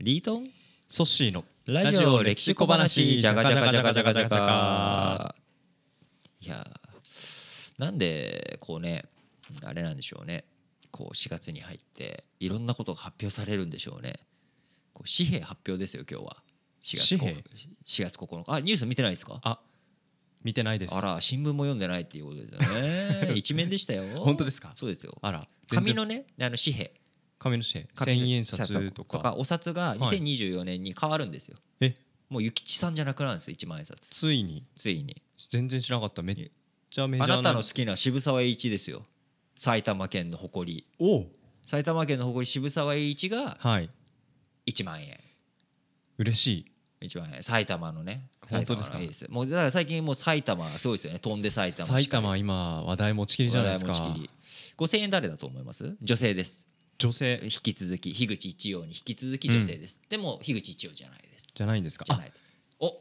リートンソッシーのラジオ歴史小話じゃがじゃがじゃがじゃがじゃがいやーなんでこうねあれなんでしょうねこう4月に入っていろんなことが発表されるんでしょうねこう紙幣発表ですよ今日は4月紙幣 ,4 月9日あニュース見てないですかあ見てないですあら新聞も読んでないっていうことですよ ね一面でしたよ本当ですかそうですよあら全紙然のねあの紙幣紙の紙幣紙の千円札とかお札が2024年に変わるんですよ、えもう諭吉さんじゃなくなるんですよ一万円札ついについに全然知らなかっためっちゃメジあャーななたの好きな渋沢栄一ですよ埼玉県の誇りおう埼玉県の誇り渋沢栄一がはい1万円嬉しい1万円埼玉のね本当です埼玉かのいいですもうだから最近もう埼玉すごいですよね飛んで埼玉埼玉今話題持ちきりじゃないですか5000円誰だと思います女性です女性引き続き樋口一葉に引き続き女性です、でも樋口一葉じゃないですじゃないんですかじゃあないお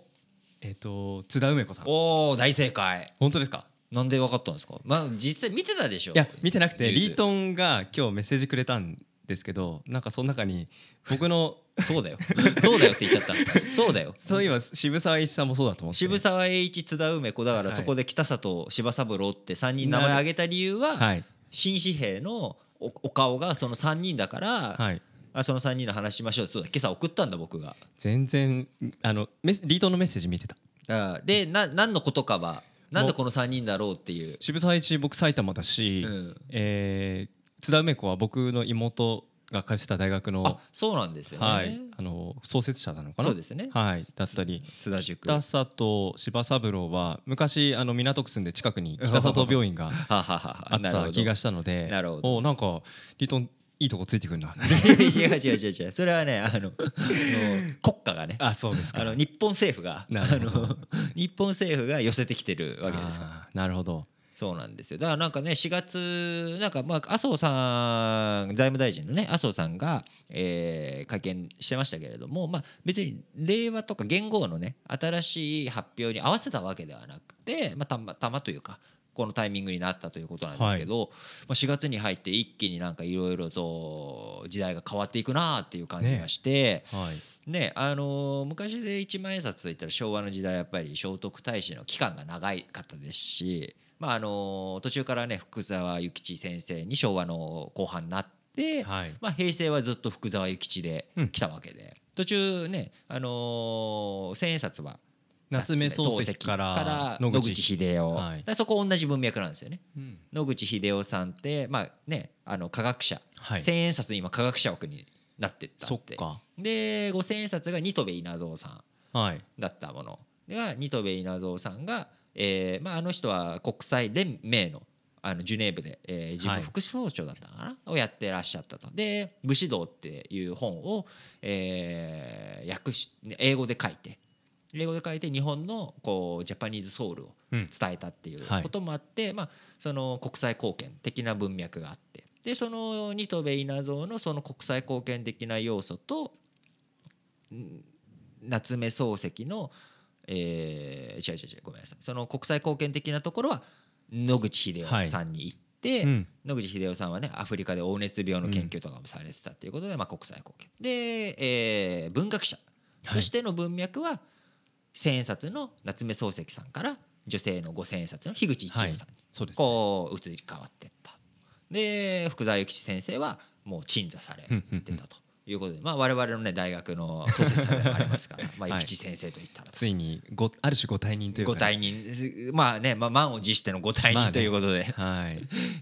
えっと津田梅子さんおー大正解本当ですかなんで分かったんですかまあ実際見てたでしょいや見てなくてニュースリートンが今日メッセージくれたんですけどなんかその中に僕のそうだよ そうだよって言っちゃったそうだよ そういえば渋沢栄一さんもそうだと思って渋沢栄一津田梅子だからはいそこで北里柴三郎って3人名前挙げた理由ははい新紙幣のおお顔がその3人だからはいあその3人の話しましょうそうだ今朝送ったんだ僕が全然あのメスリートンのメッセージ見てたあでな何のことかはなんでこの3人だろうっていう渋沢栄一僕埼玉だし、うんえー津田梅子は僕の妹が通ってた大学あの,、そうなんですよはいねあの創設者なのかなそうですねはい、だったり津田塾北里柴三郎は昔あの港区住んで近くに 北里病院がはははあっなるほたど気がしたのでなるほどおなんかリトンいいとこついてく るな違う違う違う違うそれはねあのあの国家がねあそうですあの日本政府があなるほどの日本政府が寄せてきてるわけですから あーなるほどそうなんですよだからなんかね4月なんかまあ麻生さん財務大臣のね麻生さんが、えー会見してましたけれども、まあ、別に令和とか元号のね新しい発表に合わせたわけではなくて、まあ、たまたまというかこのタイミングになったということなんですけど、まあ、4月に入って一気になんかいろいろと時代が変わっていくなっていう感じがして。はいねあのー昔で一万円札といったら昭和の時代はやっぱり聖徳太子の期間が長いかったですし、まああのー途中からね福沢諭吉先生に昭和の後半になって、はいまあ、平成はずっと福沢諭吉でうん来たわけで、途中ね、あのー千円札は夏目夏漱石から野口英世、はいだからそこ同じ文脈なんですよねうん野口英世さんって、まあね、あの科学者、はい千円札今科学者枠になってったそっってかで五千円札が二戸部稲造さんはいだったものが二戸部稲造さんが、えーまあ、あの人は国際連盟のあのジュネーブで、えー、事務副総長だったかな、をやってらっしゃったと。で「武士道」っていう本を、えー訳し英語で書いて英語で書いて日本のこうジャパニーズソウルをうん伝えたっていうはいこともあって、まあ、その国際貢献的な文脈があってでその二戸部稲造のその国際貢献的な要素とん夏目漱石の、えー、違う違う違うごめんなさいその国際貢献的なところは野口英世さんに行って、うん野口英世さんはねアフリカで黄熱病の研究とかもされてたっていうことで、まあ、国際貢献で、えー文学者はいとしての文脈は千円札の夏目漱石さんから女性の五千円札の樋口一葉さんにそうですねこう移り変わってったで福沢諭吉先生はもう鎮座されうんうんてたということで、まあ、我々のね大学の創設者でもありますから、まあ、はい諭吉先生といったらついにごある種ご退任というかごね退任まあね、まあ、満を持してのご退まあ任ねということで、は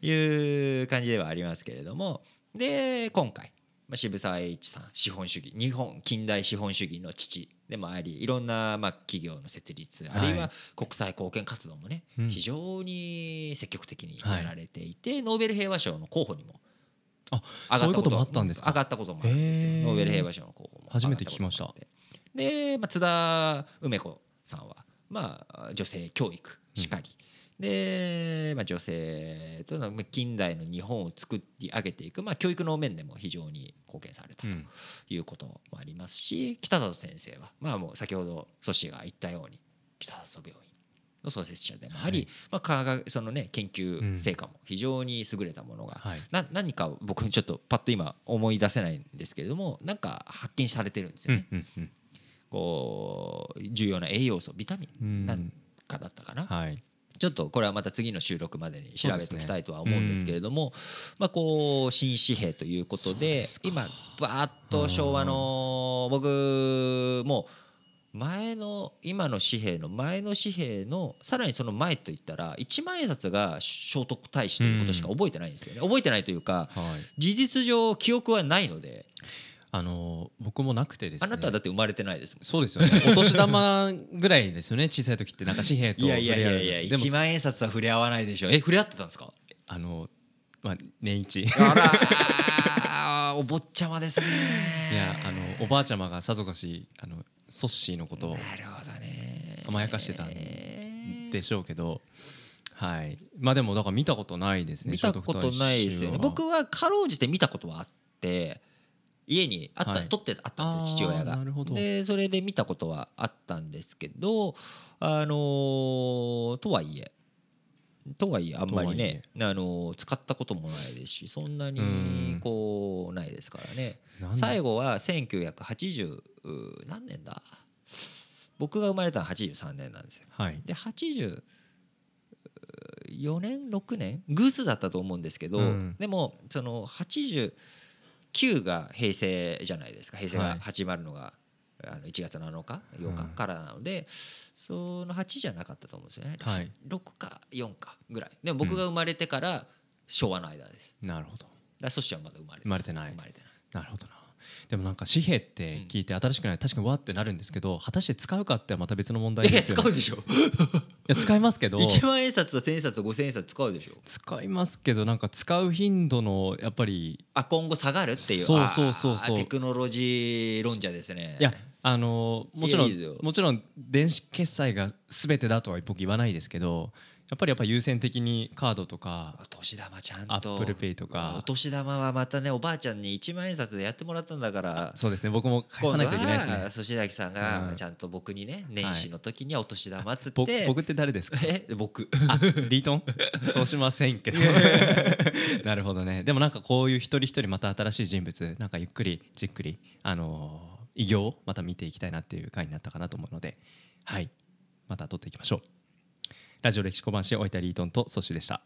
いいう感じではありますけれどもで今回まあ渋沢栄一さん資本主義日本近代資本主義の父でもありいろんなまあ企業の設立あるいははい国際貢献活動もね、うん非常に積極的にやられていて、ノーベル平和賞の候補にもあ上がそういうたこともあったんですか上がったこともあるんですよへーノーベル平和賞の候補も初めて聞きました上がったこともあってで、まあ、津田梅子さんは、まあ、女性教育しかり、で、まあ、女性とのまあ近代の日本を作り上げていく、まあ、教育の面でも非常に貢献されたとうんいうこともありますし、北里先生は、まあ、もう先ほどソシが言ったように北里病院の創設者でもあはり、いまあ、科学その、ね、研究成果も非常に優れたものが、はいな何か僕にちょっとパッと今思い出せないんですけれどもなんか発見されてるんですよね、うんうんこう重要な栄養素ビタミうンんなんかだったかな、はいちょっとこれはまた次の収録までに調べておきたいとは思うんですけれども、まあこう新紙幣ということそうでですか今バーッと昭和の僕もう前の今の紙幣の前の紙幣のさらにその前といったら一万円札が聖徳太子ということしか覚えてないんですよね覚えてないというかはい事実上記憶はないのであのー僕もなくてですあねなたはだって生まれてないですもんそう ですよねお年玉ぐらいですよね小さい時ってなんか紙幣といやいやいやいや触れ合うでも一万円札は触れ合わないでしょえ触れ合ってたんですかあのまあ 年一いあらー、 お坊ちゃまですね。やあのおばあちゃまがさぞかしあのソッシーのことをなるほどね。甘やかしてたんでしょうけどはいまあでもだから見たことないですね見たことないですよね。聖徳太僕子ははかろうじて見たことはあって。家にあった、はい撮ってあったんですよ父あー親がなるほどでそれで見たことはあったんですけどあのーとはいえとはいえあんまりねあのー使ったこともないですしそんなにこうないですからねなんだ最後は1980何年だ僕が生まれたのは83年なんですよはいで84年6年偶数だったと思うんですけど、うんでもその89が平成じゃないですか平成はがい始まるのが、あの1月7日8日うんからなので、その8じゃなかったと思うんですよね、はい6か4かぐらいでも僕が生まれてから昭和の間です、なるほどだからそしてはまだ生まれて生まれてない生まれてないなるほどなでもなんか紙幣って聞いて新しくない確かにわってなるんですけど果たして使うかってはまた別の問題いやですよ、使ね、うでしょいや使いますけど1万円札と1000円札と5000円札使うでしょ使いますけどなんか使う頻度のやっぱりあ今後下がるっていうそうそうそうそうあーテクノロジー論者ですねいやあのもちろいやいいですよんもちろん電子決済が全てだとは僕言わないですけどやっぱりやっぱ優先的にカードとかお年玉ちゃんとアップルペイとおか年玉はまたねおばあちゃんに1万円札でやってもらったんだからそうですね僕も返さないといけないですね粗品さんがうんちゃんと僕にね年始の時にはお年玉っつっぼて僕って誰ですか え僕あリートンそうしませんけど なるほどねでもなんかこういう一人一人また新しい人物なんかゆっくりじっくりあのー偉業をまた見ていきたいなっていう回になったかなと思うのではいまた撮っていきましょうラジオ歴史小判誌おいたリートンとソッシーでした